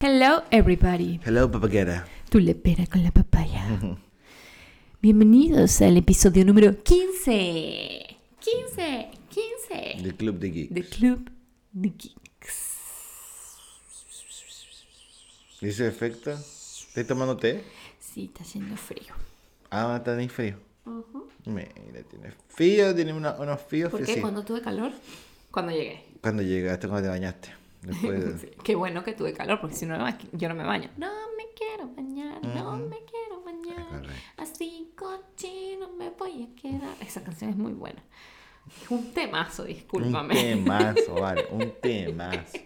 Hello everybody. Hello, papaguera. Tu lepera con la papaya. Bienvenidos al episodio número 15. 15, 15. Del Club de Geek. The Club de Geeks. ¿Dice efecto? ¿Estás tomando té? Sí, está haciendo frío. Ah, está bien frío. Mira, tiene frío, tiene una- unos fríos. ¿Por que qué? sí. Cuando tuve calor, cuando llegué. Cuando llegaste, cuando te bañaste. Después, Sí, Qué bueno que tuve calor, porque si no, aquí yo no me baño. No me quiero bañar, no me quiero bañar. correcto. Así cochino me voy a quedar. Esa canción es muy buena. Es un temazo, un discúlpame. temazo, vale, un temazo.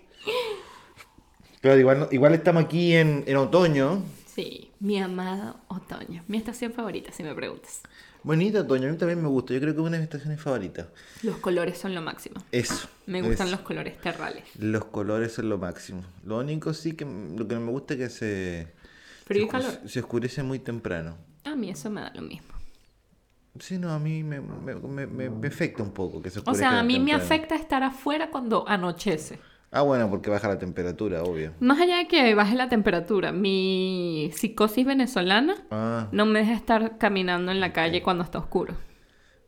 Pero igual, no- igual estamos aquí en, en otoño. Sí, mi amado otoño. Mi estación favorita, si me preguntas. Bonito otoño, a mí también me gusta. Yo creo que es una de mis estaciones favoritas. Los colores son lo máximo. Eso. Me gustan es- los colores terrales. Los colores son lo máximo. Lo único sí que lo que no me gusta es que se. Frío y se oscu- calor. Se oscurece muy temprano. A mí eso me da lo mismo. Sí, no, a mí me, me, me- me- me afecta un poco que se O sea, oscurezca a mí me temprano. afecta estar afuera cuando anochece. Ah, bueno, porque baja la temperatura, obvio. Más allá de que baje la temperatura, mi psicosis venezolana Ah, no me deja estar caminando en la calle cuando está oscuro.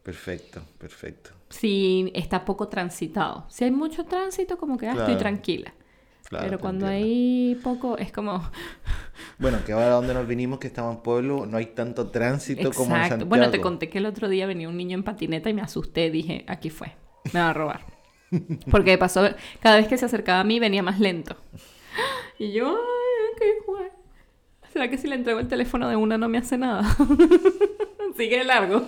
perfecto, perfecto. Si está poco transitado. Si hay mucho tránsito, como que ah, estoy Claro. tranquila. Claro, Pero te cuando entiendo. hay poco, es como... Bueno, que ahora donde nos vinimos, que estamos en pueblo, no hay tanto tránsito como en Exacto. Santiago. Bueno, te conté que el otro día venía un niño en patineta y me asusté. Dije, aquí fue. Me va a robar. Porque de paso, cada vez que se acercaba a mí venía más lento. Y yo, ay, qué guay. ¿Será que si le entrego el teléfono de una no me hace nada? Sigue largo.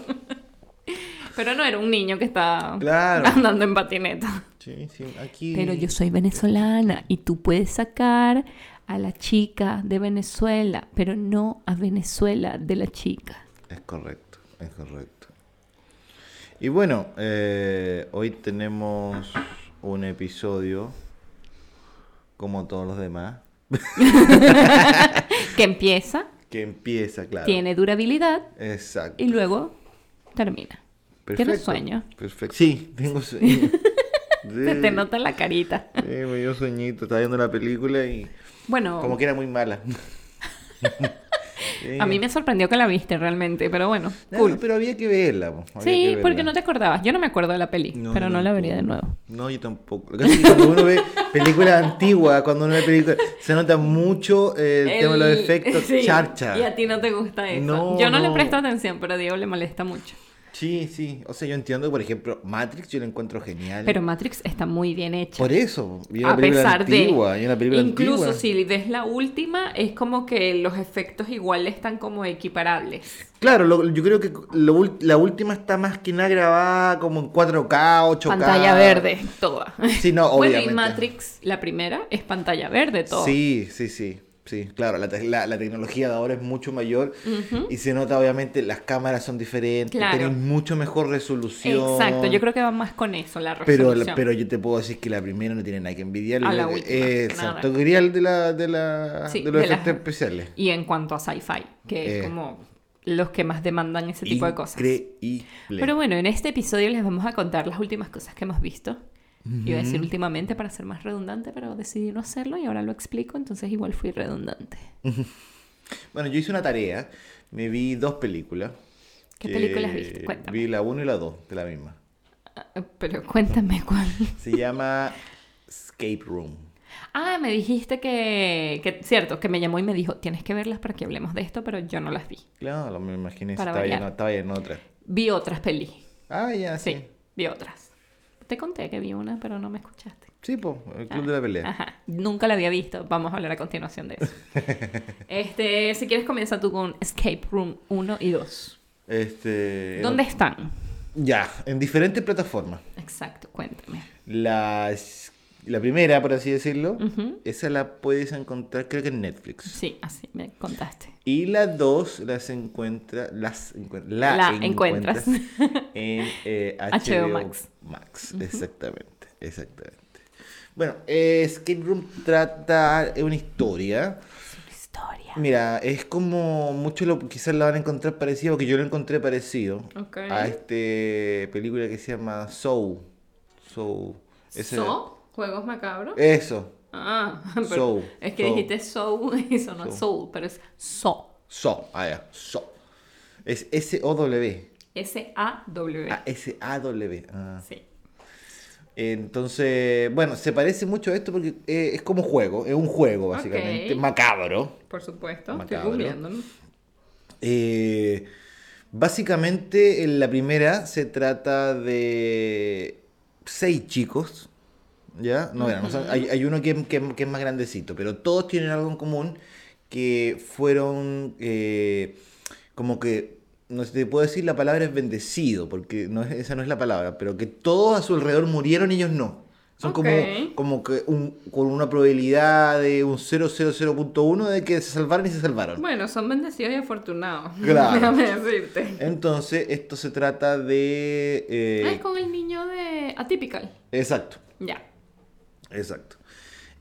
Pero no era un niño que estaba Claro. andando en patineta. Sí, sí, aquí. Pero yo soy venezolana y tú puedes sacar a la chica de Venezuela, pero no a Venezuela de la chica. Es correcto, es correcto. Y bueno, eh, hoy tenemos un episodio, como todos los demás, que empieza, que empieza, claro. tiene durabilidad Exacto. y luego termina. ¿Tienes sueño? Perfecto. Sí, tengo sueño. Se te Sí, nota en la carita. sí, me dio sueñito. Estaba viendo la película y Bueno, como que era muy mala. Sí. a mí me sorprendió que la viste realmente, pero bueno, No, cool. Pero había que verla. po, había Sí, que porque verla. no te acordabas. Yo no me acuerdo de la peli, No, pero yo no la vería de tampoco. nuevo. No, yo tampoco. Lo que pasa es que cuando uno ve películas antiguas, cuando uno ve películas, se nota mucho eh, el, tema de los El- efectos Sí, charcha. Y a ti no te gusta eso. No, Yo no, le no. presto atención, pero a Diego le molesta mucho. Sí, sí. O sea, yo entiendo, por ejemplo, Matrix yo la encuentro genial. Pero Matrix está muy bien hecha. por eso, y una A película pesar antigua, de. y una película incluso antigua. si ves la última, es como que los efectos igual están como equiparables. Claro, lo- yo creo que lo ul- la última está más que nada grabada como en 4K, 8K. Pantalla verde, toda. Sí, no, Bueno, obviamente. y Matrix, la primera, es pantalla verde, todo. Sí, sí, sí. Sí, claro, la, te- la- la tecnología de ahora es mucho mayor y se nota obviamente las cámaras son diferentes, Claro. tienen mucho mejor resolución. Exacto, yo creo que va más con eso, la Pero, resolución. pero yo te puedo decir que la primera no tiene nada que envidiar. A la Eh, última, Exacto, nada. quería el de, la, de, la, Sí, de los de las- efectos especiales. Y en cuanto a sci-fi, que es Eh. como los que más demandan ese este tipo de cosas. Increíble. Pero bueno, en este episodio les vamos a contar las últimas cosas que hemos visto. Iba a decir últimamente para ser más redundante, pero decidí no hacerlo y ahora lo explico, entonces igual fui redundante. Bueno, yo hice una tarea, me vi dos películas. ¿Qué que películas viste? Cuéntame. Eh, Vi la 1 y la 2 de la misma. Ah, Pero cuéntame cuál. Se llama Escape Room. Ah, me dijiste que, que- cierto, que me llamó y me dijo, tienes que verlas para que hablemos de esto, pero yo no las vi. Claro, me imaginé, Para estaba, ya variar. en- estaba ya en otra. Vi otras pelis. Ah, ya, Sí, sí. vi otras. Te conté que vi una, pero no me escuchaste. Sí, po, el Ah. club de la pelea. Ajá. Nunca la había visto. Vamos a hablar a continuación de eso. este, si quieres comienza tú con Escape Room 1 y 2. Este. ¿Dónde están? Ya, en diferentes plataformas. Exacto, cuéntame. Las- la primera, por así decirlo, Ujú. esa la puedes encontrar creo que en Netflix. Sí, así me contaste. Y las dos las encuentra, las encuent- la, La encuentras. en eh, HBO HBO, Max. Max. exactamente, exactamente. Bueno, eh, Escape Room trata es una historia. Es una historia. Mira, es como muchos lo, quizás la van a encontrar parecido, porque yo lo encontré parecido Ok. a este película que se llama Soul. Soul. Ese- ¿So? ¿Juegos macabros? Eso. Ah, pero Soul, es que soul. dijiste so y sonó Soul. soul, pero es so. So, ah, ya, so. Es S-O-W. S-A-W. Ah, S-A-W. Ah. Sí. Entonces, bueno, se parece mucho a esto porque eh, es como juego, es un juego básicamente, Ok. macabro. Por supuesto, Macabro. estoy googleando. ¿no? Eh, básicamente, en la primera se trata de seis chicos. ¿Ya? No, eran, o sea, hay, hay uno que, que- que es más grandecito, pero todos tienen algo en común que fueron eh, como que, no sé, te puedo decir la palabra es bendecido, porque no es- esa no es la palabra, pero que todos a su alrededor murieron y ellos no. Son Ok. como, como que un- con una probabilidad de un 000.1 de que se salvaron y se salvaron. Bueno, son bendecidos y afortunados. Claro. Déjame decirte. Entonces, esto se trata de... eh, Ah, es con el niño de Atypical. Exacto, Ya. exacto.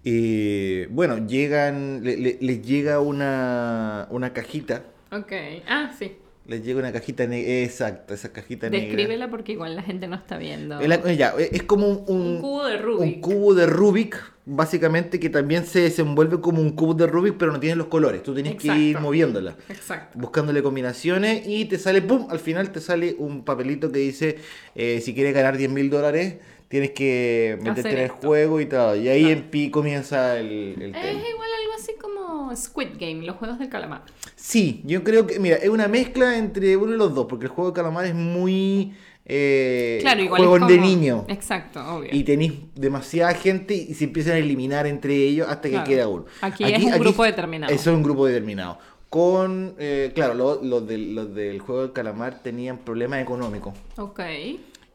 Y bueno, llegan, le- le- les llega una, una cajita, Ok. Ah, sí. les llega una cajita negra, exacto, esa cajita negra. Descríbela porque igual la gente no está viendo. Es la- ya, e, es como un, Un cubo de Rubik. un cubo de Rubik, básicamente, que también se desenvuelve como un cubo de Rubik, pero no tiene los colores, tú tienes que ir Exacto. moviéndola. Exacto. buscándole combinaciones y te sale, ¡pum! Al final te sale un papelito que dice, eh, si quieres ganar 10 mil dólares, tienes que meterte en el esto. Eh. juego y tal. Y ahí en pi comienza el, el tema. Es igual algo así como Squid Game, los juegos del calamar. Sí, yo creo que, mira, es una mezcla entre uno y los dos, porque el juego de calamar es muy... Eh, Claro, igual es juegos como... de niño. Exacto, obvio. Y tenéis demasiada gente y se empiezan a eliminar entre ellos hasta que Claro. queda uno. Aquí es un grupo determinado. Eso es un grupo determinado. Con, eh, claro, lo- los, del, los del juego del calamar tenían problemas económicos. Ok.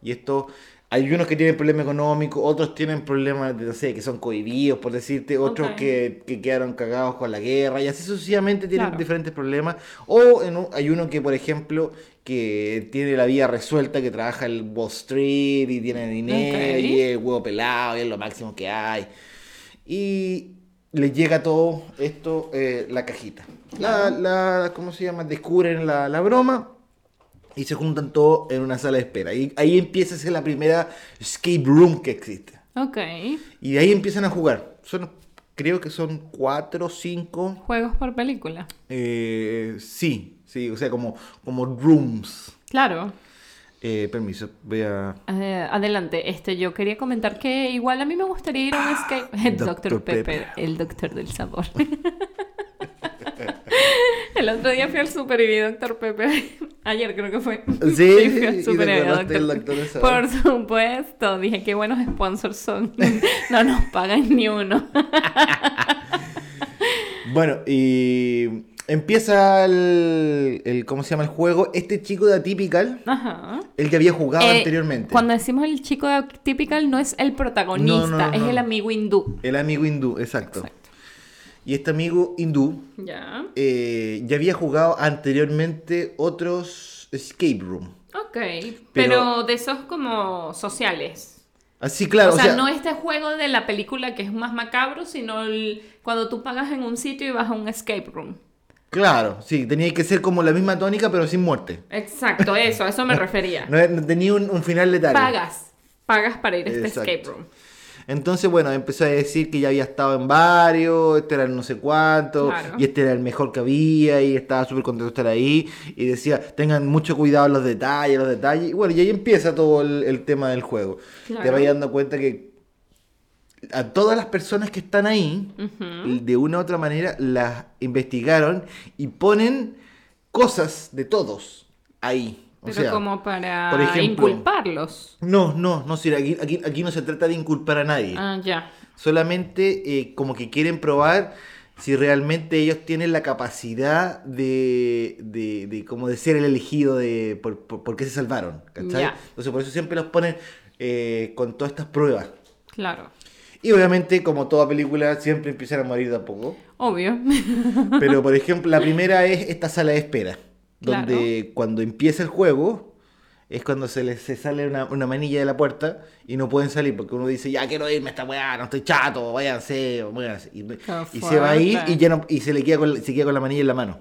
Y esto, hay unos que tienen problemas económicos, otros tienen problemas, de, no sé, que son cohibidos, por decirte, otros Ok. que, que quedaron cagados con la guerra, y así sucesivamente tienen Claro. diferentes problemas. O en un- hay uno que, por ejemplo, que tiene la vida resuelta, que trabaja en Wall Street y tiene dinero Ok. y es huevo pelado y es lo máximo que hay. Y les llega todo esto, eh, la cajita. La, la, ¿cómo se llama? Descubren la, la broma y se juntan todos en una sala de espera. Y ahí empieza a ser la primera escape room que existe. Ok. Y de ahí empiezan a jugar. Son, creo que son cuatro, cinco. Juegos por película. eh, sí, sí, o sea, como, como rooms. Claro. Eh, permiso, voy a... Eh, adelante, este, yo quería comentar que igual a mí me gustaría ir a un escape. El Dr. Dr. Pepper, Ah, Pepper. el doctor del sabor. el otro día fui al super y vi Dr. Pepper. Ayer creo que fue. Sí, fui al y te super y vi a acordaste del Dr. Dr. del sabor. Por supuesto, dije qué buenos sponsors son. No nos pagan ni uno. Bueno, y empieza el, el- ¿Cómo se llama el juego? Este chico de Atypical, Ajá. el que había jugado Eh, anteriormente. Cuando decimos el chico de Typical, no es el protagonista, no, es no. el amigo hindú. El amigo hindú, exacto. Exacto. Y este amigo hindú Ya. eh, ya había jugado anteriormente otros escape room. Ok. Pero, Pero de esos como sociales. Así, claro. o, sea, no este juego de la película que es más macabro, sino el- cuando tú pagas en un sitio y vas a un escape room. Claro, sí, tenía que ser como la misma tónica, pero sin muerte. Exacto, eso, a eso me refería. No, no tenía un, un final letal. pagas, pagas para ir a este Exacto. escape room. Entonces, bueno, empezó a decir que ya había estado en varios, este era el no sé cuánto, Claro. y este era el mejor que había, y estaba súper contento de estar ahí, y decía, tengan mucho cuidado en los detalles, los detalles, y bueno, y ahí empieza todo el, el tema del juego. Te Claro. vas dando cuenta que a todas las personas que están ahí, de una u otra manera, las investigaron y ponen cosas de todos ahí. O Pero sea, como para por ejemplo- inculparlos. No, no, no, sí, aquí, aquí, aquí no se trata de inculpar a nadie. Ah, ya. Solamente eh, como que quieren probar si realmente ellos tienen la capacidad de, de, de como de ser el elegido de por, por, por qué se salvaron, ¿cachai? Ya. Entonces por eso siempre los ponen eh, con todas estas pruebas. Claro. Y obviamente, como toda película, siempre empiezan a morir de a poco. Obvio. Pero por ejemplo, la primera es esta sala de espera, donde cuando empieza el juego es cuando se les se sale una, una manilla de la puerta y no pueden salir porque uno dice, ya quiero irme a esta weá, no estoy chato, váyanse, o muévanse". Y, y se va ahí fuerte. y, ya no, y se le queda con, la- se queda con la manilla en la mano.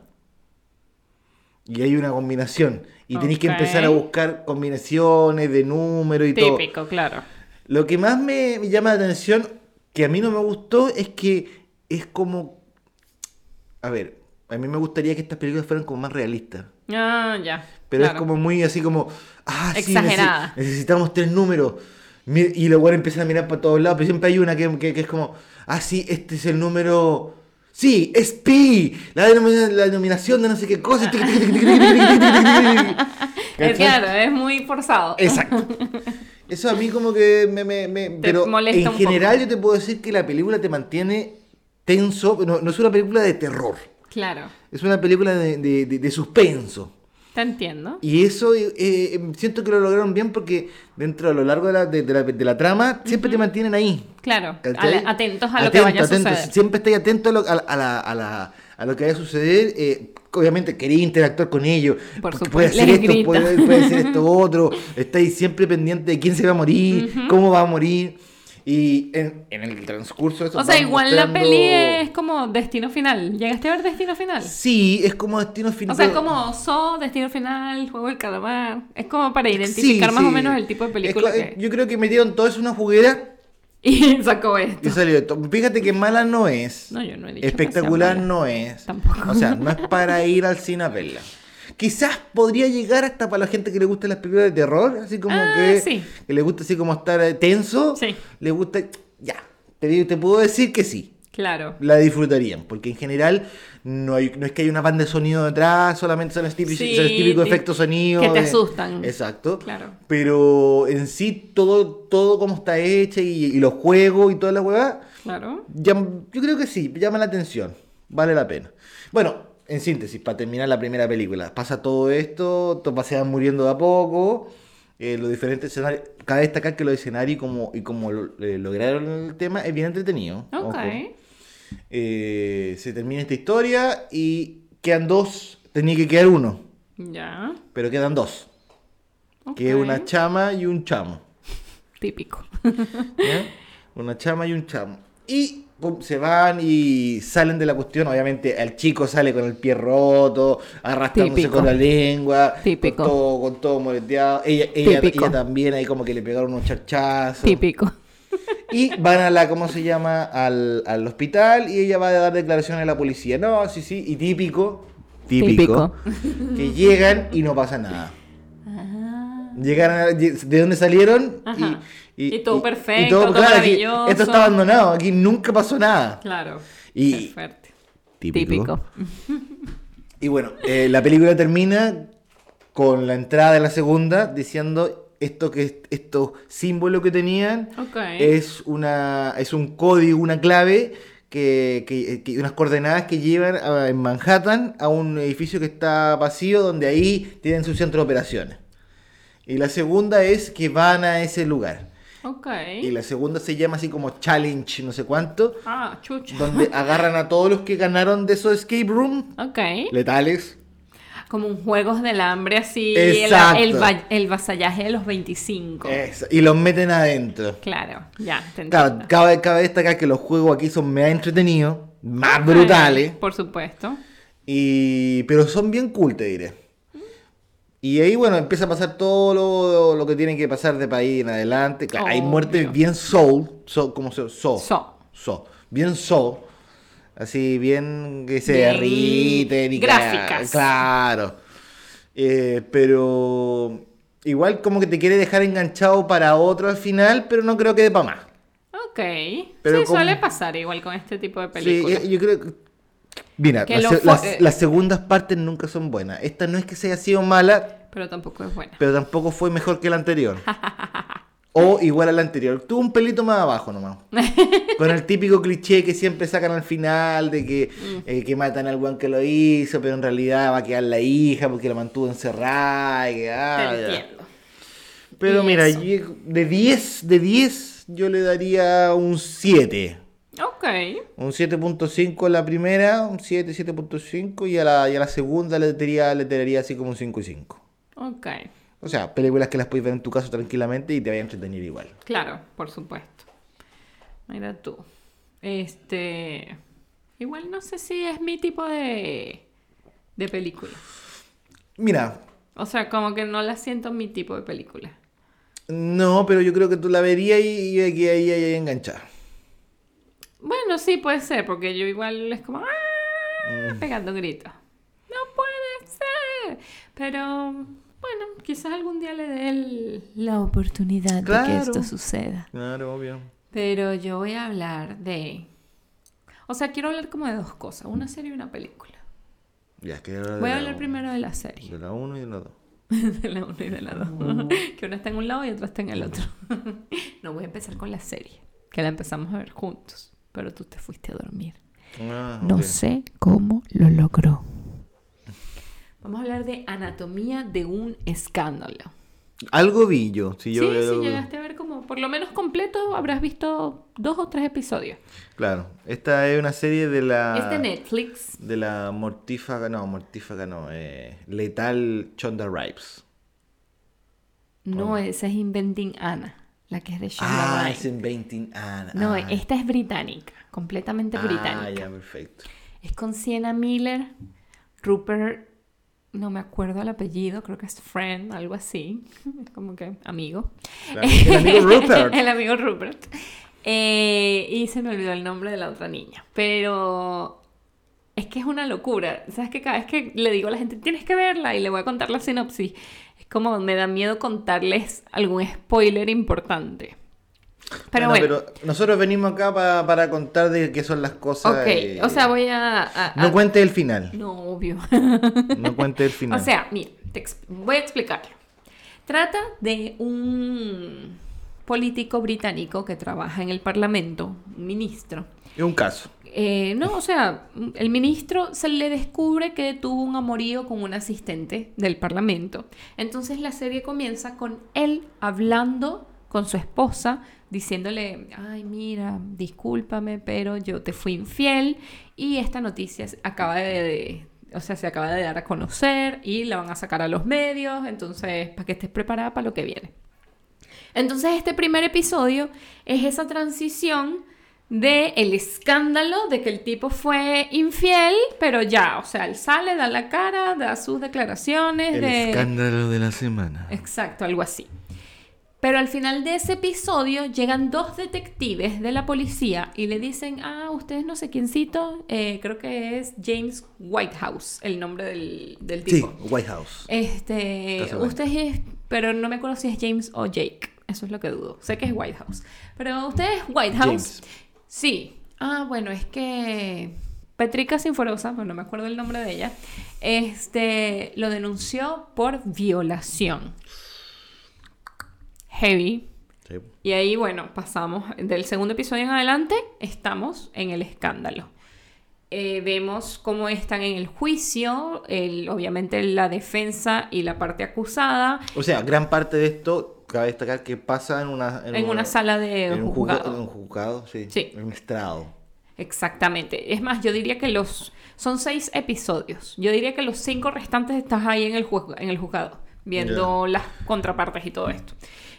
Y hay una combinación. Y tenéis que Ok. empezar a buscar combinaciones de números y todo. Típico, claro. Lo que más me, me llama la atención, que a mí no me gustó es que es como... A ver, a mí me gustaría que estas películas fueran como más realistas. Ah, ya. Pero es claro. como muy así como... Ah, sí, nece- Exagerada. necesitamos tres números. Mi- Y luego empiezan a mirar para todos lados, pero siempre hay una que, que- que es como... Ah, sí, este es el número... Sí, es pi, la, denomina- la denominación de no sé qué cosa. y tic, tic, tic, tic, tic, tic, tic, tic, tic, tic. Es ¿Cachai? Eh, claro, es muy forzado. Exacto. Eso a mí como que me... me- me- pero molesta en un general poco. yo te puedo decir que la película te mantiene tenso. No, no es una película de terror. Claro. Es una película de, de- de- de suspenso. Te entiendo. Y eso eh, eh, siento que lo lograron bien porque dentro a lo largo de la, de- de la- de la trama siempre te mantienen ahí. Claro. ¿cachai? al- atentos a lo que Atento, vaya a atento. suceder. Siempre estáis atento a lo, a, a la- a la- a lo que vaya a suceder. eh, obviamente quería interactuar con ellos. Por porque supuesto, Puede hacer les esto, grita. puede, puede hacer esto otro. Estáis siempre pendiente de quién se va a morir, cómo va a morir. Y en, en el transcurso de eso O sea, van igual la mostrando- peli es como destino final. ¿Llegaste a ver destino final? Sí, es como destino final. O sea, es pero- como So, Destino Final, Juego del Calamar. Es como para identificar Sí, más o sí. menos el tipo de Es película co- eh, que... Yo creo que metieron todo eso en una juguera Y sacó esto. y salió esto. Fíjate que mala no es. No, yo no he dicho que sea Espectacular mala. no es. Tampoco. O sea, no es para ir al cine a verla. Quizás podría llegar hasta para la gente que le gusta las películas de terror, así como Ah, que, sí. que le gusta así como estar eh, tenso. Sí. Le gusta. Ya. Te, digo- te puedo decir que sí. Claro. La disfrutarían, porque en general no, hay, no es que hay una banda de sonido detrás, solamente son los típicos, Sí, son los típicos ti- efectos sonidos. que te de- asustan. Exacto. Claro. Pero en sí, todo, todo como está hecha y, y los juegos y toda la huevada, Claro. Llam- yo creo que sí, llama la atención, vale la pena. Bueno, en síntesis, para terminar la primera película, pasa todo esto, to- se van muriendo de a poco, eh, los diferentes escenarios, cabe destacar que los escenarios y como, y como lo- eh, lograron el tema es bien entretenido. Ok. ojo. Eh, se termina esta historia y quedan dos, tenía que quedar uno, Ya. pero quedan dos, ok. que es una chama y un chamo. Típico. ¿ya? Una chama y un chamo. Y pum, se van y salen de la cuestión. Obviamente, el chico sale con el pie roto, arrastrándose Típico. con la lengua, Típico. con todo, con todo moreteado. Ella, ella, Típico. ella también ahí como que le pegaron unos chachazos. Típico. Y van a la, ¿cómo se llama? Al, al hospital y ella va a dar declaraciones a la policía. No, sí, sí, y típico. Típico. Que llegan y no pasa nada. Ah. Llegaron a- de dónde salieron Ajá. Y todo perfecto, todo aquí- maravilloso. esto está abandonado, aquí nunca pasó nada. Claro. Y- Qué fuerte. Típico. Y bueno, eh, la película termina con la entrada de la segunda diciendo esto que estos símbolos que tenían Ok. es una es un código, una clave que, que- que- unas coordenadas que llevan a- en Manhattan a un edificio que está vacío donde ahí tienen su centro de operaciones. Y la segunda es que van a ese lugar. Ok. Y la segunda se llama así como Challenge, no sé cuánto, Ah, chucha. donde agarran a todos los que ganaron de esos escape room Ok. letales. Como un juegos del hambre así. El, Exacto. Eh, el, va- el vasallaje de los 25. Eso, y los meten adentro. Claro. Ya, te Claro, entiendo. cabe, cabe destacar que los juegos aquí son más entretenidos, más Ok, ah, brutales, Por supuesto. y, pero son bien cool, te diré. Y ahí, bueno, empieza a pasar todo lo, lo que tiene que pasar de país en adelante. Claro, hay muertes Obvio. bien soul, so- como se so, Oh, So. so, bien so, así bien que se Bien derriten y que- gráficas. claro. Eh, pero igual como que te quiere dejar enganchado para otro al final, pero no creo que de para más. Ok. Pero sí, como- suele pasar igual con este tipo de Sí, películas. eh, yo creo que... Mira, Que las, lo se- fo- las- eh. las segundas partes nunca son buenas. Esta no es que se haya sido mala, Pero tampoco es buena. pero tampoco fue mejor que la anterior. O igual a la anterior. Tuvo un pelito más abajo nomás. Con el típico cliché que siempre sacan al final de que, Mm. eh, que matan al guan que lo hizo, pero en realidad va a quedar la hija porque la mantuvo encerrada. y que, ah, te ya. entiendo. Pero Y mira, eso. yo- de 10, de 10 yo le daría un 7. Ok. Un 7.5 a la primera, un 7, 7.5 y, a la- y a la segunda le daría, le daría así como un 5 y 5. Ok. O sea, películas que las puedes ver en tu casa tranquilamente y te vayan a entretener igual. Claro, por supuesto. Mira tú. Este. Igual no sé si es mi tipo de. de película. Mira, O sea, como que no la siento mi tipo de película. no, pero yo creo que tú la verías y, y aquí ahí ahí enganchada. Bueno, sí puede ser, porque yo igual es como ¡ah! pegando gritos. No puede ser. Pero bueno, quizás algún día le dé el- la oportunidad de que Claro. esto suceda. Claro, obvio. Pero yo voy a hablar de... O sea, quiero hablar como de dos cosas, una serie y una película. Ya, es que era Ah, de Voy a la hablar u- primero de la serie, De la 1 y de la 2. de la una y de la dos. Que una está en un lado y otra está en el otro. No voy a empezar con la serie, que la empezamos a ver juntos, pero tú te fuiste a dormir. Ah, No ok. sé cómo lo logró. Vamos a hablar de anatomía de un escándalo. Algo vi yo. Si yo sí, veo- si llegaste a ver como, por lo menos completo, habrás visto dos o tres episodios. Claro, esta es una serie de la. Este Es de Netflix. De la mortífaga, no, mortífaga no, eh, letal Chonda Rhimes. No, esa es Inventing Anna, la que es de Shonda Ah, Rhimes. es Inventing Anna. No, ah. esta es británica, completamente Ah, británica. ya, perfecto. Es con Sienna Miller, Rupert, no me acuerdo el apellido, creo que es Friend, algo así, como que amigo. El ami- el amigo Rupert. El amigo Rupert. Eh, y se me olvidó el nombre de la otra niña, pero es que es una locura. ¿Sabes que Cada vez que le digo a la gente, tienes que verla y le voy a contar la sinopsis, es como me da miedo contarles algún spoiler importante. Pero bueno. pero nosotros venimos acá pa- para contar de qué son las cosas. Ok, eh, o sea, voy a... a- a- No cuente el final. No, obvio. No cuente el final. o sea, mira, te exp- voy a explicarlo. Trata de un político británico que trabaja en el Parlamento, un ministro. es un caso. Eh, no, o sea, el ministro se le descubre que tuvo un amorío con un asistente del Parlamento. Entonces la serie comienza con él hablando con su esposa, diciéndole, ay, mira, discúlpame, pero yo te fui infiel y esta noticia se acaba de... de- o sea, se acaba de dar a conocer y la van a sacar a los medios, entonces, para que estés preparada para lo que viene. Entonces este primer episodio es esa transición de el escándalo de que el tipo fue infiel, pero ya, o sea, él sale, da la cara, da sus declaraciones El de escándalo de la semana. Exacto, algo así. Pero al final de ese episodio llegan dos detectives de la policía y le dicen, ah, ustedes no sé quiéncito, eh, creo que es James Whitehouse, el nombre del, del Sí, tipo. White House. Este, Casablanca. usted es, pero no me acuerdo si es James o Jake. Eso es lo que dudo. Sé que es White House. Pero usted es White House. James. Sí. Ah, bueno, es que Petrica Sinforosa, pues no me acuerdo el nombre de ella, este, lo denunció por violación. Heavy. Sí. Y ahí, bueno, pasamos del segundo episodio en adelante, estamos en el escándalo. Eh, vemos cómo están en el juicio, el- obviamente la defensa y la parte acusada O sea, gran parte de esto, cabe destacar que pasa en una, en una sala de en un juzgado. juzgado. En un juzgado, sí. Sí. En un estrado. Exactamente. Es más, yo diría que los... Son seis episodios. Yo diría que los cinco restantes estás ahí en el, juzga- en el juzgado, viendo las contrapartes y todo esto.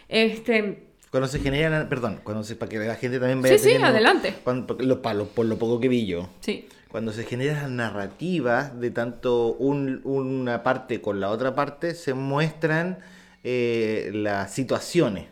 Este... Cuando se generan, perdón, cuando se, para que la gente también Sí, vaya sí, teniendo- adelante. cuando- porque lo, pa- lo- por lo poco que vi yo. Sí. Cuando se generan narrativas de tanto un- una parte con la otra parte, se muestran eh, las situaciones.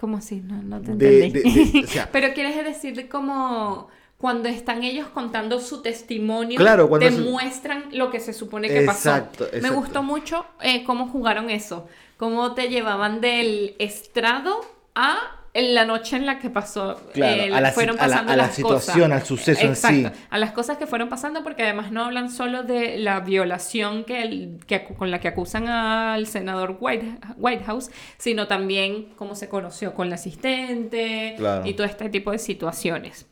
¿Cómo así? No, no te De- entendí. de- de- o sea- Pero quieres decir como cuando están ellos contando su testimonio, Claro, cuando te se- muestran lo que se supone que Exacto, pasó. Me exacto. gustó mucho eh, cómo jugaron eso, cómo te llevaban del estrado a la noche en la que pasó, Claro, a la si- fueron a la- pasando a la las situación, cosas. al suceso en sí. Exacto, a las cosas que fueron pasando, porque además no hablan solo de la violación que el- que acu- con la que acusan al senador White, Whitehouse, sino también cómo se conoció con la asistente Claro. y todo este tipo de situaciones.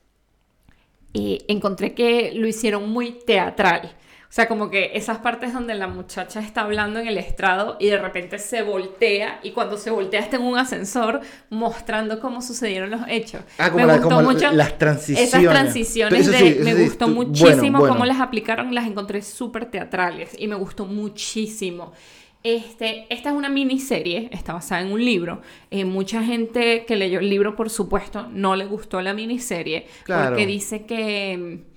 Y encontré que lo hicieron muy teatral. O sea, como que esas partes donde la muchacha está hablando en el estrado y de repente se voltea y cuando se voltea está en un ascensor mostrando cómo sucedieron los hechos. Ah, como la- como las transiciones. Esas transiciones Eso de- sí, eso me sí, gustó tú- bueno, muchísimo bueno. cómo las aplicaron, las encontré súper teatrales y me gustó muchísimo. Este, esta es una miniserie, está basada en un libro. Eh, mucha gente que leyó el libro, por supuesto, no le gustó la miniserie Claro. porque dice que mm,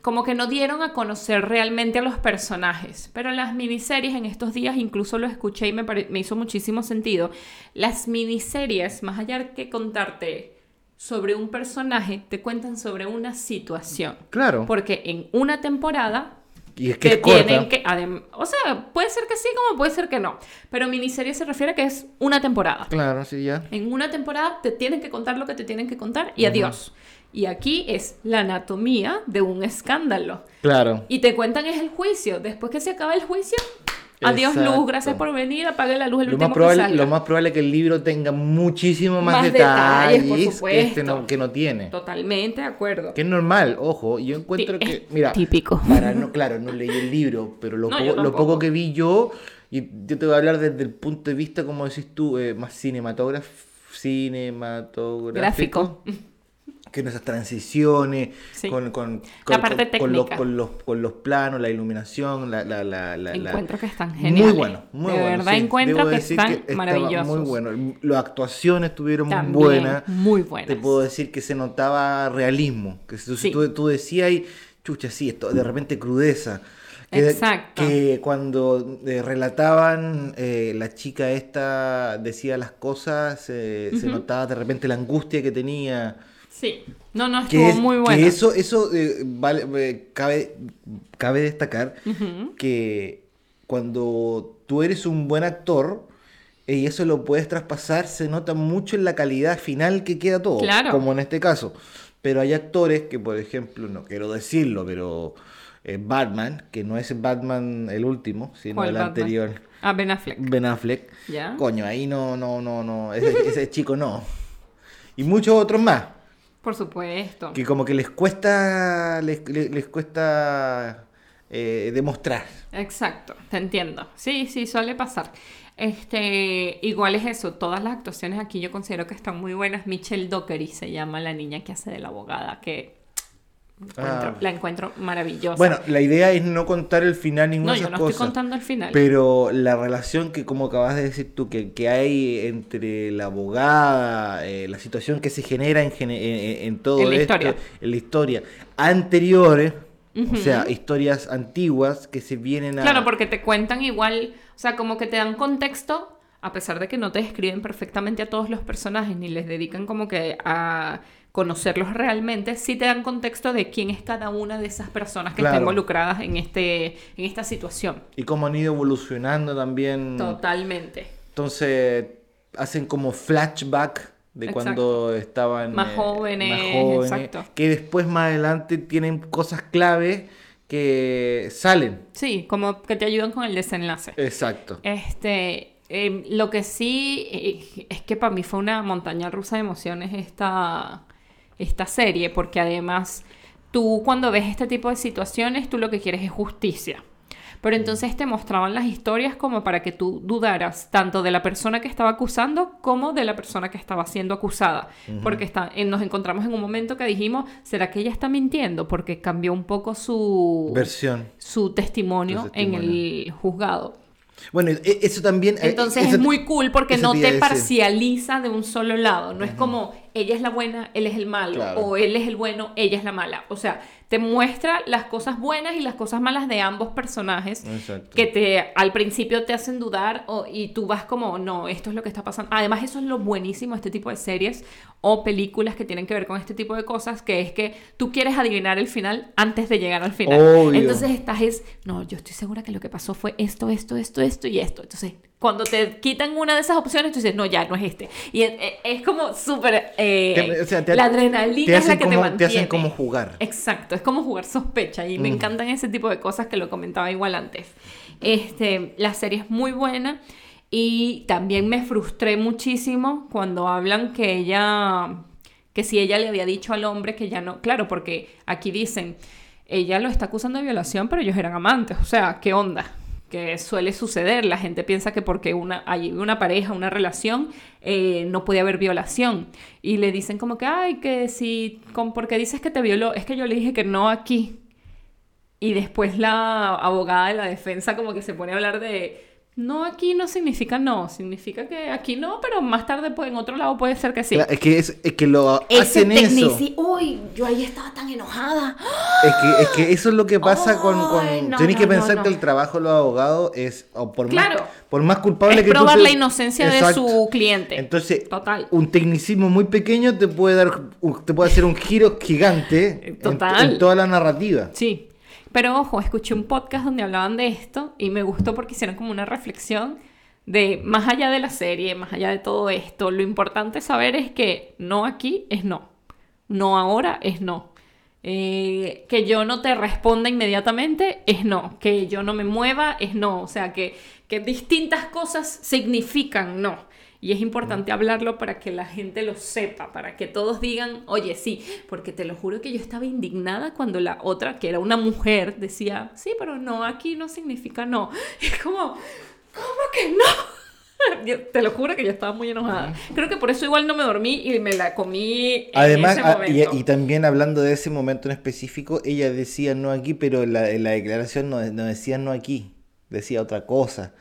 como que no dieron a conocer realmente a los personajes. Pero las miniseries en estos días, incluso lo escuché y me, pare- me hizo muchísimo sentido. Las miniseries, más allá que contarte sobre un personaje, te cuentan sobre una situación. Claro. Porque en una temporada y es que te es corta. tienen que... adem- O sea, puede ser que sí como puede ser que no. Pero miniserie se refiere a que es una temporada. Claro, sí, ya. En una temporada te tienen que contar lo que te tienen que contar y adiós. Y aquí es la anatomía de un escándalo. Claro. Y te cuentan es el juicio. Después que se acaba el juicio, adiós Exacto. luz, gracias por venir, apague la luz el Lo último más, probable, que salga. lo más probable es que el libro tenga muchísimo más, Más detalles, detalles, por que este no, supuesto. que no tiene. Totalmente de acuerdo. Que es normal, ojo, yo encuentro Ti- que, es mira, típico. para no, claro, no leí el libro, pero lo, No, po- yo lo tampoco. poco que vi yo, y yo te voy a hablar desde el punto de vista, como decís tú, eh, más cinematógrafo, cinematográfico, Gráfico. que nuestras transiciones, Sí. con, con, La con- parte con los, técnica. con, los, con los planos, la iluminación, la... la, la, la- la- Encuentro que están geniales. muy bueno, muy de bueno. verdad sí. encuentro Debo que decir están estaba maravillosos. Muy bueno. Las actuaciones estuvieron También, buenas. Muy buenas. Te puedo decir que se notaba realismo. Que si tú, Sí. tú, tú decías, y, chucha, sí, esto, de repente crudeza. Que, Exacto. Que cuando eh, relataban, eh, la chica esta decía las cosas, eh, se notaba de repente la angustia que tenía. Sí. No, no, Que estuvo es- muy que bueno. eso, eso eh, vale- eh, cabe, cabe destacar Ujú. que cuando tú eres un buen actor eh, y eso lo puedes traspasar, se nota mucho en la calidad final que queda todo, Claro. como en este caso. Pero hay actores que, por ejemplo, no quiero decirlo, pero eh, Batman, que no es Batman el último, sino ¿Cuál el Batman? anterior, Ah, Ben Affleck. Ben Affleck. ¿Ya? Coño, ahí no, no, no, no, ese, ese chico no. Y muchos otros más, Por supuesto. que como que les cuesta, les, les- les cuesta eh, demostrar. Exacto, te entiendo. Sí, sí, suele pasar. Este, igual es eso, todas las actuaciones aquí yo considero que están muy buenas. Michelle Dockery se llama la niña que hace de la abogada, que encuentro- Ah. la encuentro maravillosa. Bueno, la idea es no contar el final ninguna no, de yo esas no cosas. estoy contando el final. Pero la relación que, como acabas de decir tú, que, que hay entre la abogada, eh, la situación que se genera en, gene- en- en- en todo En la esto, historia. en la historia, anteriores, o sea, historias antiguas que se vienen a... Claro, porque te cuentan igual, o sea, como que te dan contexto, a pesar de que no te describen perfectamente a todos los personajes, ni les dedican como que a conocerlos realmente, sí te dan contexto de quién es cada una de esas personas que Claro. están involucradas en, este, en esta situación. Y cómo han ido evolucionando también. Totalmente. Entonces, hacen como flashback de Exacto. cuando estaban Más eh, jóvenes, exacto. que después más adelante tienen cosas clave que salen. Sí, como que te ayudan con el desenlace. Exacto. Este, eh, lo que sí eh, es que para mí fue una montaña rusa de emociones esta, esta serie, porque además tú cuando ves este tipo de situaciones, tú lo que quieres es justicia. Pero entonces te mostraban las historias como para que tú dudaras tanto de la persona que estaba acusando como de la persona que estaba siendo acusada. Porque está, eh, nos encontramos en un momento que dijimos, ¿será que ella está mintiendo? Porque cambió un poco su, Versión. su testimonio, Su en testimonio. el juzgado. Bueno, e- eso también... eh, Entonces eso- es muy cool porque eso no te iba a te decir. parcializa de un solo lado. No es como ella es la buena, él es el malo, Claro. o él es el bueno, ella es la mala. O sea, te muestra las cosas buenas y las cosas malas de ambos personajes Exacto. que te al principio te hacen dudar o- y tú vas como, no, esto es lo que está pasando. Además, eso es lo buenísimo de este tipo de series o películas que tienen que ver con este tipo de cosas, que es que tú quieres adivinar el final antes de llegar al final. Obvio. Entonces estás es, no, yo estoy segura que lo que pasó fue esto, esto, esto, esto y esto. Entonces, cuando te quitan una de esas opciones, tú dices, no, ya, no es este. Y es, es- es como súper... eh, Te- o sea, te- la adrenalina es la te hacen que te como- te hacen mantiene. como jugar. Exacto, es como jugar sospecha y me encantan ese tipo de cosas que lo comentaba igual antes. Este, la serie es muy buena y también me frustré muchísimo cuando hablan que ella, que si ella le había dicho al hombre que ya no, claro, porque aquí dicen, ella lo está acusando de violación, pero ellos eran amantes, o sea, ¿qué onda? que suele suceder, la gente piensa que porque una, hay una pareja, una relación, eh, no puede haber violación. Y le dicen como que, ay, que si, con, porque dices que te violó, es que yo le dije que no aquí. Y después la abogada de la defensa como que se pone a hablar de, No aquí no significa no, significa que aquí no, pero más tarde pues, en otro lado puede ser que sí. Claro, es, que es, es que lo Ese hacen eso. tecnici- Uy, yo ahí estaba tan enojada. Es que, es que eso es lo que pasa con... con- Ay, no, Tienes no, que no, pensar no. que el trabajo de los abogados es... o por, Claro. más, por más culpable es que tú probar seas- la inocencia de Exacto. su cliente. Entonces, Total. un tecnicismo muy pequeño te puede dar un- te puede hacer un giro gigante en- Total. En, toda la narrativa. Sí. Pero ojo, escuché un podcast donde hablaban de esto y me gustó porque hicieron como una reflexión de más allá de la serie, más allá de todo esto, lo importante saber es que no aquí es no, no ahora es no. Eh, que yo no te responda inmediatamente es no, que yo no me mueva es no, o sea que, que distintas cosas significan no. Y es importante hablarlo para que la gente lo sepa, para que todos digan, oye, sí, porque te lo juro que yo estaba indignada cuando la otra, que era una mujer, decía, sí, pero no, aquí no significa no. Y es como, ¿cómo que no? Yo- te lo juro que yo estaba muy enojada. Creo que por eso igual no me dormí y me la comí en Además, ese a- y, momento. y también hablando de ese momento en específico, ella decía no aquí, pero en la, en la declaración no, no decía no aquí, decía otra cosa.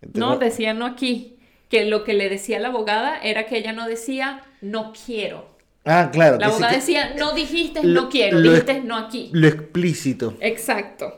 Entonces, No, decía no aquí. Que lo que le decía la abogada era que ella no decía no quiero. ah, claro. La dice abogada que decía no dijiste lo- no quiero, lo- dijiste no aquí. Lo explícito. Exacto.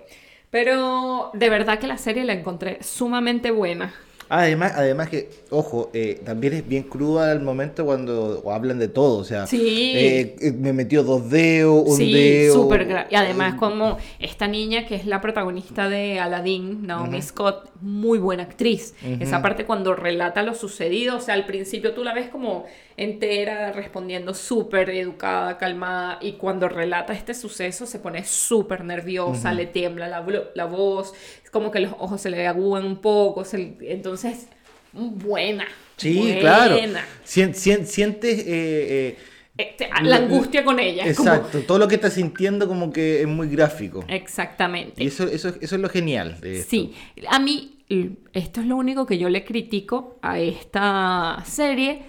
Pero de verdad que la serie la encontré sumamente buena. Además, además que, ojo, eh, también es bien cruda el momento cuando hablan de todo, o sea, Sí. eh, eh, me metió dos dedos, un Sí, dedo. súper gra- Y además eh, como esta niña que es la protagonista de Aladdin, Naomi Scott, muy buena actriz. Esa parte cuando relata lo sucedido, o sea, al principio tú la ves como entera, respondiendo súper educada, calmada, y cuando relata este suceso se pone súper nerviosa, le tiembla la, blo- la voz, es como que los ojos se le agúan un poco, se le- entonces, buena. Sí, buena. claro. Sien- sien- sientes eh, eh, Este, la angustia con ella. es como- exacto, todo lo que estás sintiendo como que es muy gráfico. Exactamente. Y eso, eso, eso es lo genial de esto. Sí, a mí l- esto es lo único que yo le critico a esta serie.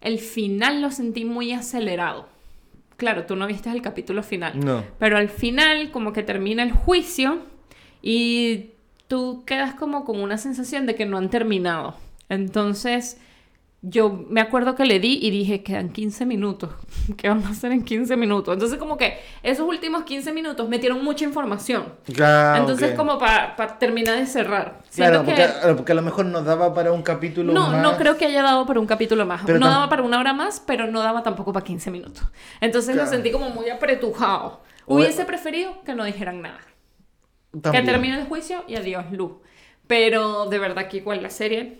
El final lo sentí muy acelerado. Claro, tú no viste el capítulo final. No. Pero al final como que termina el juicio y tú quedas como con una sensación de que no han terminado. Entonces, yo me acuerdo que le di y dije, quedan 15 minutos. ¿Qué vamos a hacer en 15 minutos? Entonces como que esos últimos 15 minutos metieron mucha información. Ah, Entonces, ok. como para terminar de cerrar. Siento Claro, porque, que. a- porque a lo mejor nos daba para un capítulo No, más. no creo que haya dado para un capítulo más. Pero no tam- daba para una hora más, pero no daba tampoco para 15 minutos. Entonces lo Claro. sentí como muy apretujado. O- Hubiese preferido que no dijeran nada. También. Que termine el juicio y adiós, luz. Pero de verdad que igual la serie,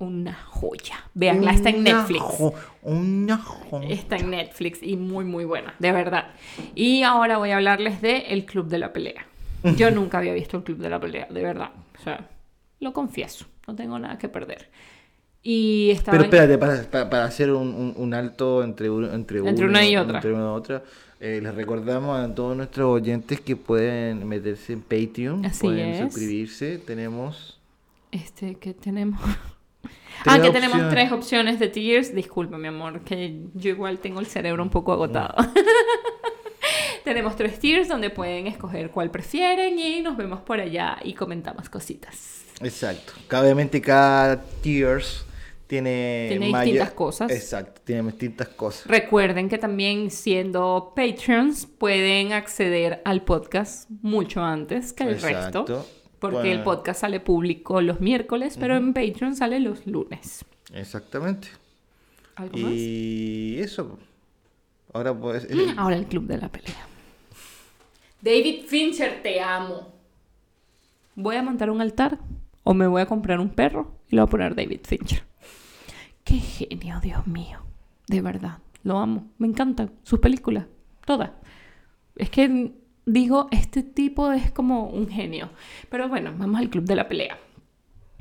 una joya. Veanla, está en Una Netflix. jo- una jo- Está en Netflix y muy, muy buena, de verdad. Y ahora voy a hablarles de El Club de la Pelea. Yo nunca había visto El Club de la Pelea, de verdad. O sea, lo confieso, no tengo nada que perder. Y estaba... Pero en- espérate, para, para- para hacer un, un- un alto entre, uno- entre, Entre uno- una y otra. entre una y otra, eh, les recordamos a todos nuestros oyentes que pueden meterse en Patreon, Así pueden es. suscribirse, tenemos... Este, que tenemos... Tres ah, que tenemos opciones. tres opciones de tiers. Disculpa, mi amor, que yo igual tengo el cerebro un poco agotado. Mm. tenemos tres tiers donde pueden escoger cuál prefieren y nos vemos por allá y comentamos cositas. Exacto. Cada- Obviamente cada tiers tiene... Tiene distintas cosas. Exacto, tiene distintas cosas. Recuerden que también siendo patrons pueden acceder al podcast mucho antes que el Exacto. resto. Porque el Bueno. podcast sale público los miércoles, pero en Patreon sale los lunes. Exactamente. ¿Algo Y eso. Ahora pues... eh, más? Ahora el club de la pelea. David Fincher, te amo. Voy a montar un altar o me voy a comprar un perro y lo voy a poner David Fincher. Qué genio, Dios mío. De verdad, lo amo. Me encantan sus películas, todas. Es que digo, este tipo es como un genio. Pero bueno, vamos al club de la pelea.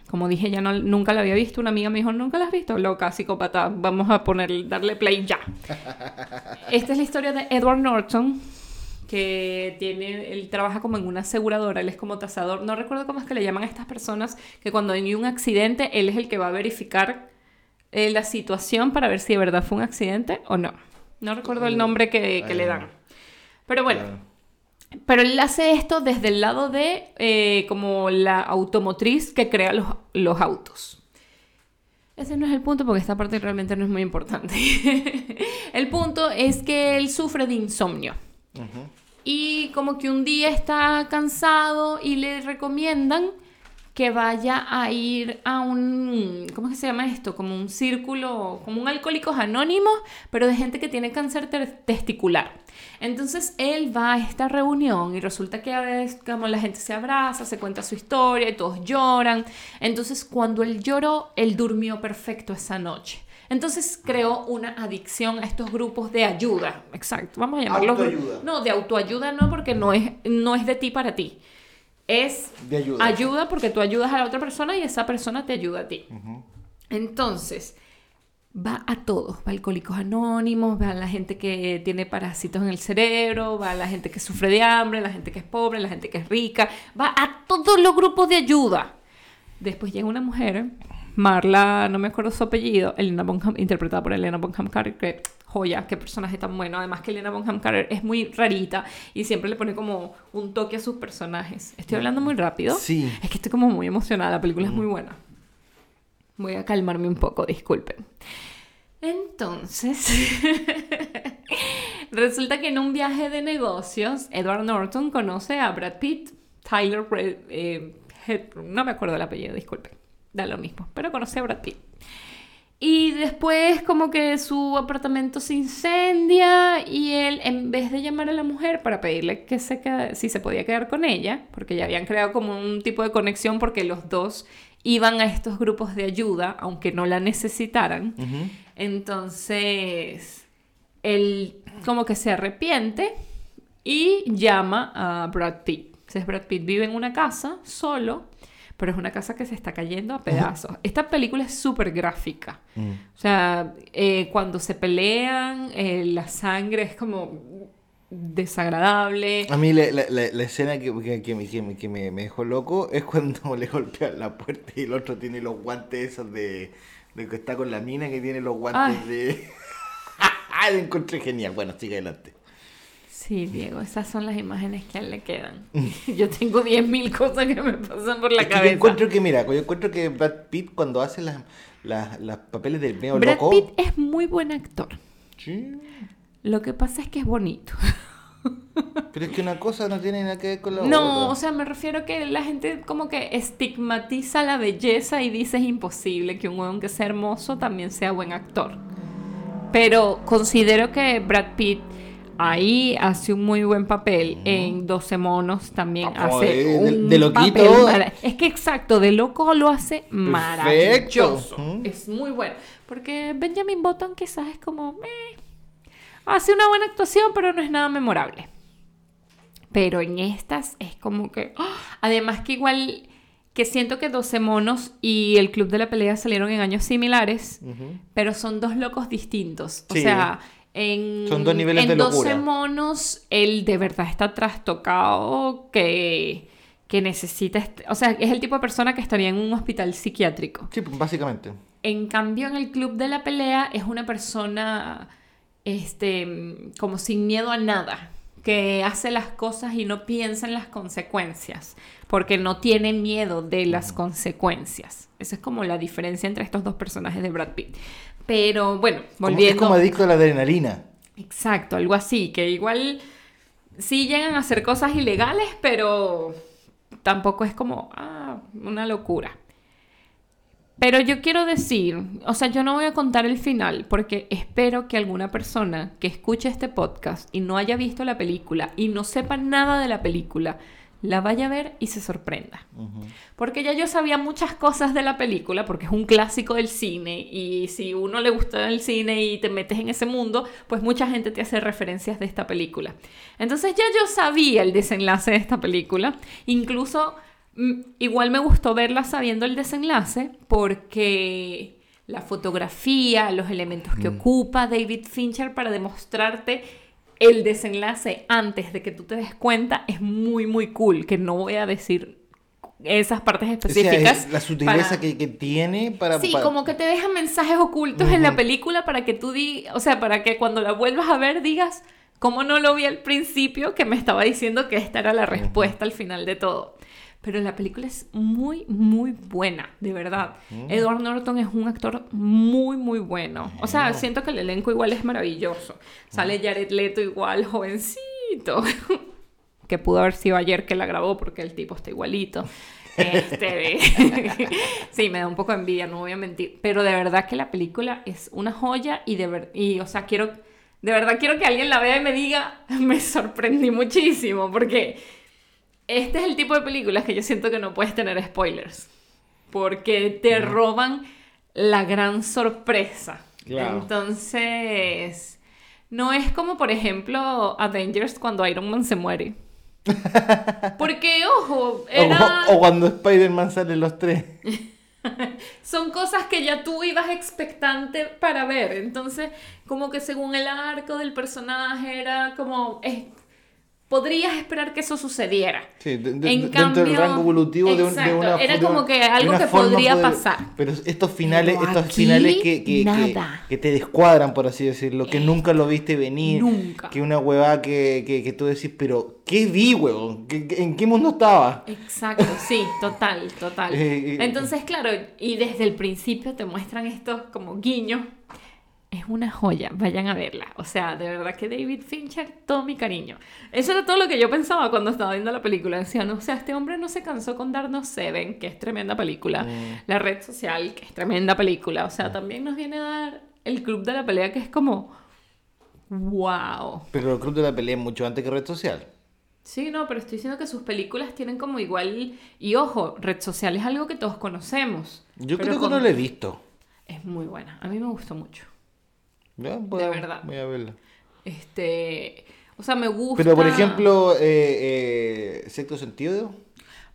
Como dije, ya no, nunca la había visto. Una amiga me dijo, ¿nunca la has visto? Loca, psicópata. Vamos a poner, darle play ya. Esta es la historia de Edward Norton, que tiene, él trabaja como en una aseguradora, él es como tasador. No recuerdo cómo es que le llaman a estas personas, que cuando hay un accidente, él es el que va a verificar eh, la situación para ver si de verdad fue un accidente o no. No recuerdo el nombre que, que le dan. Pero bueno, Pero él hace esto desde el lado de eh, como la automotriz que crea los, los autos. Ese no es el punto porque esta parte realmente no es muy importante. el punto es que él sufre de insomnio. Ah, Ujú. Y como que un día está cansado y le recomiendan que vaya a ir a un, ¿cómo es que se llama esto? Como un círculo, como un alcohólicos anónimos, pero de gente que tiene cáncer ter- testicular. Entonces él va a esta reunión y resulta que a veces como la gente se abraza, se cuenta su historia y todos lloran. Entonces cuando él lloró, él durmió perfecto esa noche. Entonces creó una adicción a estos grupos de ayuda. Exacto, vamos a llamarlos. gru- Autoayuda. No, de autoayuda no, porque no es, no es de ti para ti. Es De ayuda. Ayuda porque tú ayudas a la otra persona y esa persona te ayuda a ti. Entonces, va a todos, va a alcohólicos anónimos, va a la gente que tiene parásitos en el cerebro, va a la gente que sufre de hambre, la gente que es pobre, la gente que es rica, va a todos los grupos de ayuda. Después llega una mujer, Marla, no me acuerdo su apellido, Elena Bonham, interpretada por Elena Bonham Carter, que joya, qué personaje tan bueno. Además que Elena Bonham Carter es muy rarita y siempre le pone como un toque a sus personajes. Estoy hablando muy rápido. Sí. Es que estoy como muy emocionada, la película es muy buena. Voy a calmarme un poco, disculpen. Entonces, resulta que en un viaje de negocios, Edward Norton conoce a Brad Pitt, Tyler, Re- eh, Hed- no me acuerdo el apellido, disculpen, da lo mismo, pero conoce a Brad Pitt. Y después como que su apartamento se incendia y él en vez de llamar a la mujer para pedirle que se queda- si se podía quedar con ella, porque ya habían creado como un tipo de conexión porque los dos iban a estos grupos de ayuda aunque no la necesitaran. Ujú. Entonces, él como que se arrepiente y llama a Brad Pitt. Entonces, Brad Pitt vive en una casa solo, pero es una casa que se está cayendo a pedazos. Esta película es súper gráfica. Mm. O sea, eh, cuando se pelean, eh, la sangre es como desagradable. A mí la, la- la- la escena que, que- que me- que me- que me, me dejó loco es cuando le golpean la puerta y el otro tiene los guantes esos de, de que está con la mina que tiene los guantes Ay. de... ¡Ah! Lo encontré genial. Bueno, sigue adelante. Sí, Diego, esas son las imágenes que a él le quedan. Yo tengo 10.000 cosas que me pasan por la Mm. Es que cabeza. Yo encuentro que, mira, yo encuentro que Brad Pitt cuando hace las, las, las papeles del medio Brad loco... Pitt es muy buen actor. Sí. Lo que pasa es que es bonito. Pero es que una cosa no tiene nada que ver con la otra. No, o sea, me refiero que la gente como que estigmatiza la belleza y dice es imposible que un hombre que sea hermoso también sea buen actor. Pero considero que Brad Pitt ahí hace un muy buen papel en 12 monos también Ah, hace joder, de- un de loquito. papel mara- es que exacto de loco lo hace maravilloso Ujú. es muy bueno porque Benjamin Button quizás es como "Meh". hace una buena actuación pero no es nada memorable pero en estas es como que. ¡Ah! Además que igual que siento que 12 monos y el Club de la Pelea salieron en años similares, Ujú. pero son dos locos distintos. O Sí. sea, en, Son dos niveles en de 12 locura. monos, él de verdad está trastocado que, que necesita... est- O sea, es el tipo de persona que estaría en un hospital psiquiátrico. Sí, pues, básicamente. En cambio, en el Club de la Pelea es una persona este, como sin miedo a nada, que hace las cosas y no piensa en las consecuencias, porque no tiene miedo de las consecuencias. Esa es como la diferencia entre estos dos personajes de Brad Pitt. Pero bueno, Como- volviendo... es como adicto a la adrenalina. Exacto, algo así, que igual sí llegan a hacer cosas ilegales, pero tampoco es como, ah, una locura. Pero yo quiero decir, o sea, yo no voy a contar el final porque espero que alguna persona que escuche este podcast y no haya visto la película y no sepa nada de la película, la vaya a ver y se sorprenda. Ujú. Porque ya yo sabía muchas cosas de la película, porque es un clásico del cine, y si uno le gusta el cine y te metes en ese mundo, pues mucha gente te hace referencias de esta película. Entonces ya yo sabía el desenlace de esta película, incluso mm, igual me gustó verla sabiendo el desenlace, porque la fotografía, los elementos que ocupa David Fincher para demostrarte el desenlace antes de que tú te des cuenta es muy, muy cool, que no voy a decir esas partes O sea, es específicas. la sutileza para- que, que tiene para... Sí, para- como que te dejan mensajes ocultos en la película para que tú digas, o sea, para que cuando la vuelvas a ver digas, ¿Cómo no lo vi al principio que me estaba diciendo que esta era la respuesta al final de todo? Pero la película es muy, muy buena, de verdad. Edward Norton es un actor muy, muy bueno. O sea, siento que el elenco igual es maravilloso. Sale Jared Leto igual, jovencito. que pudo haber sido ayer que la grabó porque el tipo está igualito. Este, sí, me da un poco de envidia, no voy a mentir. Pero de verdad que la película es una joya y de ver- y, o sea, quiero, de verdad quiero que alguien la vea y me diga, me sorprendí muchísimo porque este es el tipo de películas que yo siento que no puedes tener spoilers. Porque te roban la gran sorpresa. Claro. Entonces, no es como, por ejemplo, Avengers cuando Iron Man se muere. Porque, ojo, era... O, o cuando Spider-Man salen los tres. son cosas que ya tú ibas expectante para ver. Entonces, como que según el arco del personaje era como... es- podrías esperar que eso sucediera. Sí, de- de- En dentro del cambio- rango evolutivo de, un- de exacto, una era de una- como que de algo una que forma podría poder- pasar. Pero estos finales, Pero estos aquí, finales que, que, que, nada. que te descuadran, por así decirlo, que nunca lo viste venir. Nunca. Que una huevada que, que, que tú decís, pero ¿qué vi, huevón? ¿Qué- qué- ¿En qué mundo estaba? Exacto, sí, total, total. Eh, eh, Entonces, claro, y desde el principio te muestran estos como guiños. Es una joya, vayan a verla. O sea, de verdad que David Fincher, todo mi cariño. Eso era todo lo que yo pensaba cuando estaba viendo la película. Decía, no, o sea, este hombre no se cansó con darnos Seven, que es tremenda película. La red social, que es tremenda película. O sea, también nos viene a dar el club de la pelea, que es como, wow. Pero el club de la pelea es mucho antes que red social. Sí, no, pero estoy diciendo que sus películas tienen como igual. Y ojo, red social es algo que todos conocemos. Yo pero creo que con- no la he visto. Es muy buena. A mí me gustó mucho. Ya, voy De a- verdad. Voy a verla. Este. O sea, me gusta. Pero, por ejemplo, eh, eh, Sexto Sentido.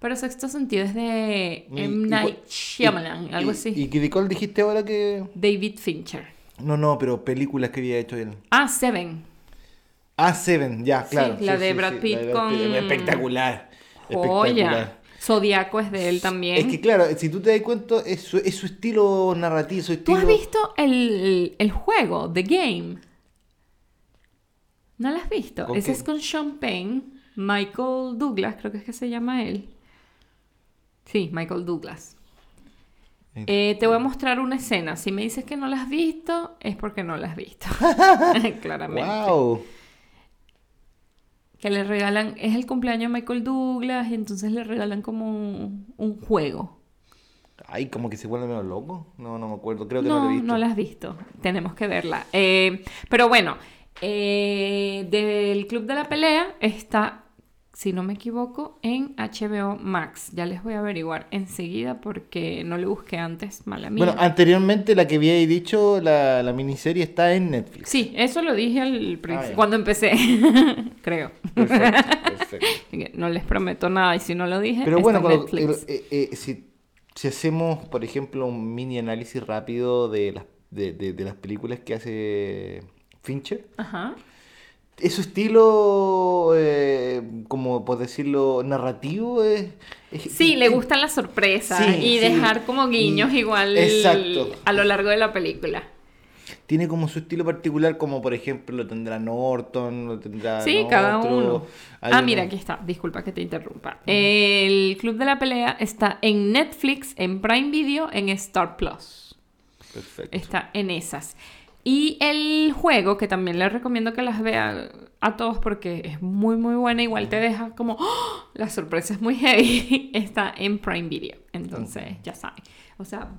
Pero sexto sentido es de y- M. y- Night y- Shyamalan, y- algo y- así. ¿Y qué de cuál dijiste ahora que...? David Fincher. No, no, pero películas que había hecho él. Ah, Seven. Ah, Seven, ya, claro. la de Brad Pitt con- Espectacular. Joya. Espectacular. Zodíaco es de él también. Es que claro, si tú te das cuenta, es su, es su estilo narrativo, su ¿Tú estilo... has visto el, el juego, The Game? ¿No lo has visto? ¿Con Ese qué? es con Sean Penn, Michael Douglas, creo que es que se llama él. Sí, Michael Douglas. Eh. Eh, te voy a mostrar una escena. Si me dices que no la has visto, es porque no la has visto. Claramente. ¡Wow! Que le regalan, es el cumpleaños de Michael Douglas y entonces le regalan como un, un juego. Ay, como que se vuelve medio loco. No, no me acuerdo, creo que no, no, lo he visto. no la has visto. Tenemos que verla. Eh, pero bueno, eh, del Club de la Pelea está, si no me equivoco, en HBO Max. Ya les voy a averiguar enseguida porque no lo busqué antes, mala mía. Bueno, anteriormente la que había dicho, la, la miniserie está en Netflix. sí, eso lo dije al Ah, principio, ya. cuando empecé, creo. Perfecto, perfecto. No les prometo nada y si no lo dije, Pero Eh, está bueno, en cuando- Netflix. eh, eh, si, si hacemos, por ejemplo, un mini análisis rápido de las, de, de- de las películas que hace Fincher, Ajá. es su estilo, eh, como por decirlo, narrativo. Es, es- Sí, le gustan las sorpresas Sí, y sí. dejar como guiños Y- igual Exacto. a lo largo de la película. Tiene como su estilo particular, como por ejemplo lo tendrá Norton, lo tendrá. Sí, cada Ah, otro, uno. hay Ah, uno- mira, aquí está. Disculpa que te interrumpa. El Club de la Pelea está en Netflix, en Prime Video, en Star Plus. Perfecto. Está en esas. Y el juego, que también les recomiendo que las vean a todos porque es muy, muy buena. Igual te deja como... ¡oh! La sorpresa es muy heavy. Está en Prime Video. Entonces, ya saben. O sea,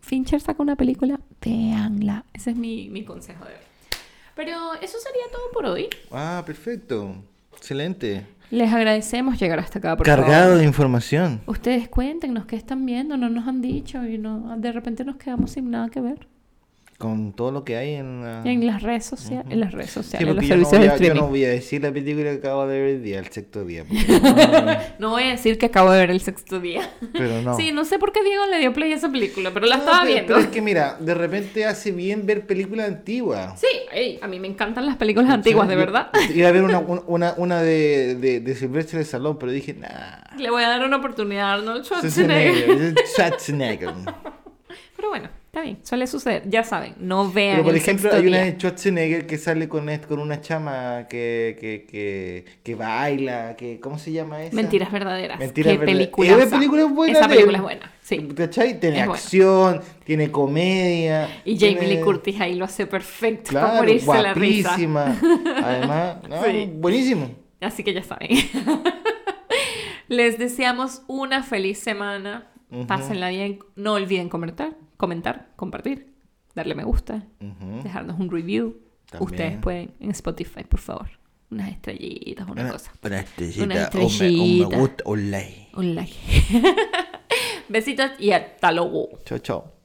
Fincher saca una película, véanla. Ese es mi, mi consejo de hoy. Pero eso sería todo por hoy. Ah, perfecto. Excelente. Les agradecemos llegar hasta acá, por Cargado favor. de información. Ustedes cuéntenos qué están viendo, no nos han dicho y no, de repente nos quedamos sin nada que ver. Con todo lo que hay en la. En las redes sociales, en las redes Ah. Sí, sociales, en los porque yo, no servicios voy de a, yo streaming. no No... voy a decir la película que acabo de ver el día, el sexto día. porque no, voy a decir que acabo de ver el sexto día. Pero no. Sí, no sé por qué Diego le dio play a esa película, pero la No, estaba pero- viendo. Pero es que mira, de repente hace bien ver películas antiguas. Sí, ey, a mí me encantan las películas antiguas, de Yo- verdad. Iba a ver una, una, una de, de, de Silvestre en el salón, pero dije, nah. Le voy a dar una oportunidad a Arnold Schwarzenegger. Schwarzenegger. Schwarzenegger. Pero bueno, Está bien, suele suceder. Ya saben, no vean. Pero por el ejemplo, sexto hay una día. de Schwarzenegger que sale con, est- con una chama que, que, que, que baila, que ¿cómo se llama esa? Mentiras verdaderas. Mentiras Qué verdaderas. película. Esa película es buena Esa de película él. es buena. Sí. ¿Cachai? Tiene Es buena. acción, tiene comedia. Y Jamie tiene- Lee Curtis ahí lo hace perfecto para Claro, morirse la risa. guapísima. Además, no, Sí. buenísimo. Así que ya saben. Les deseamos una feliz semana. Ujú. Pásenla bien. No olviden comentar, comentar, compartir, darle me gusta, Ujú. dejarnos un review. También. Ustedes pueden en Spotify, por favor. Unas estrellitas, una, cosa. Una estrellita, Una un me- un estrellita. me gusta, un like. Un like. Besitos y hasta luego. Chao, chao.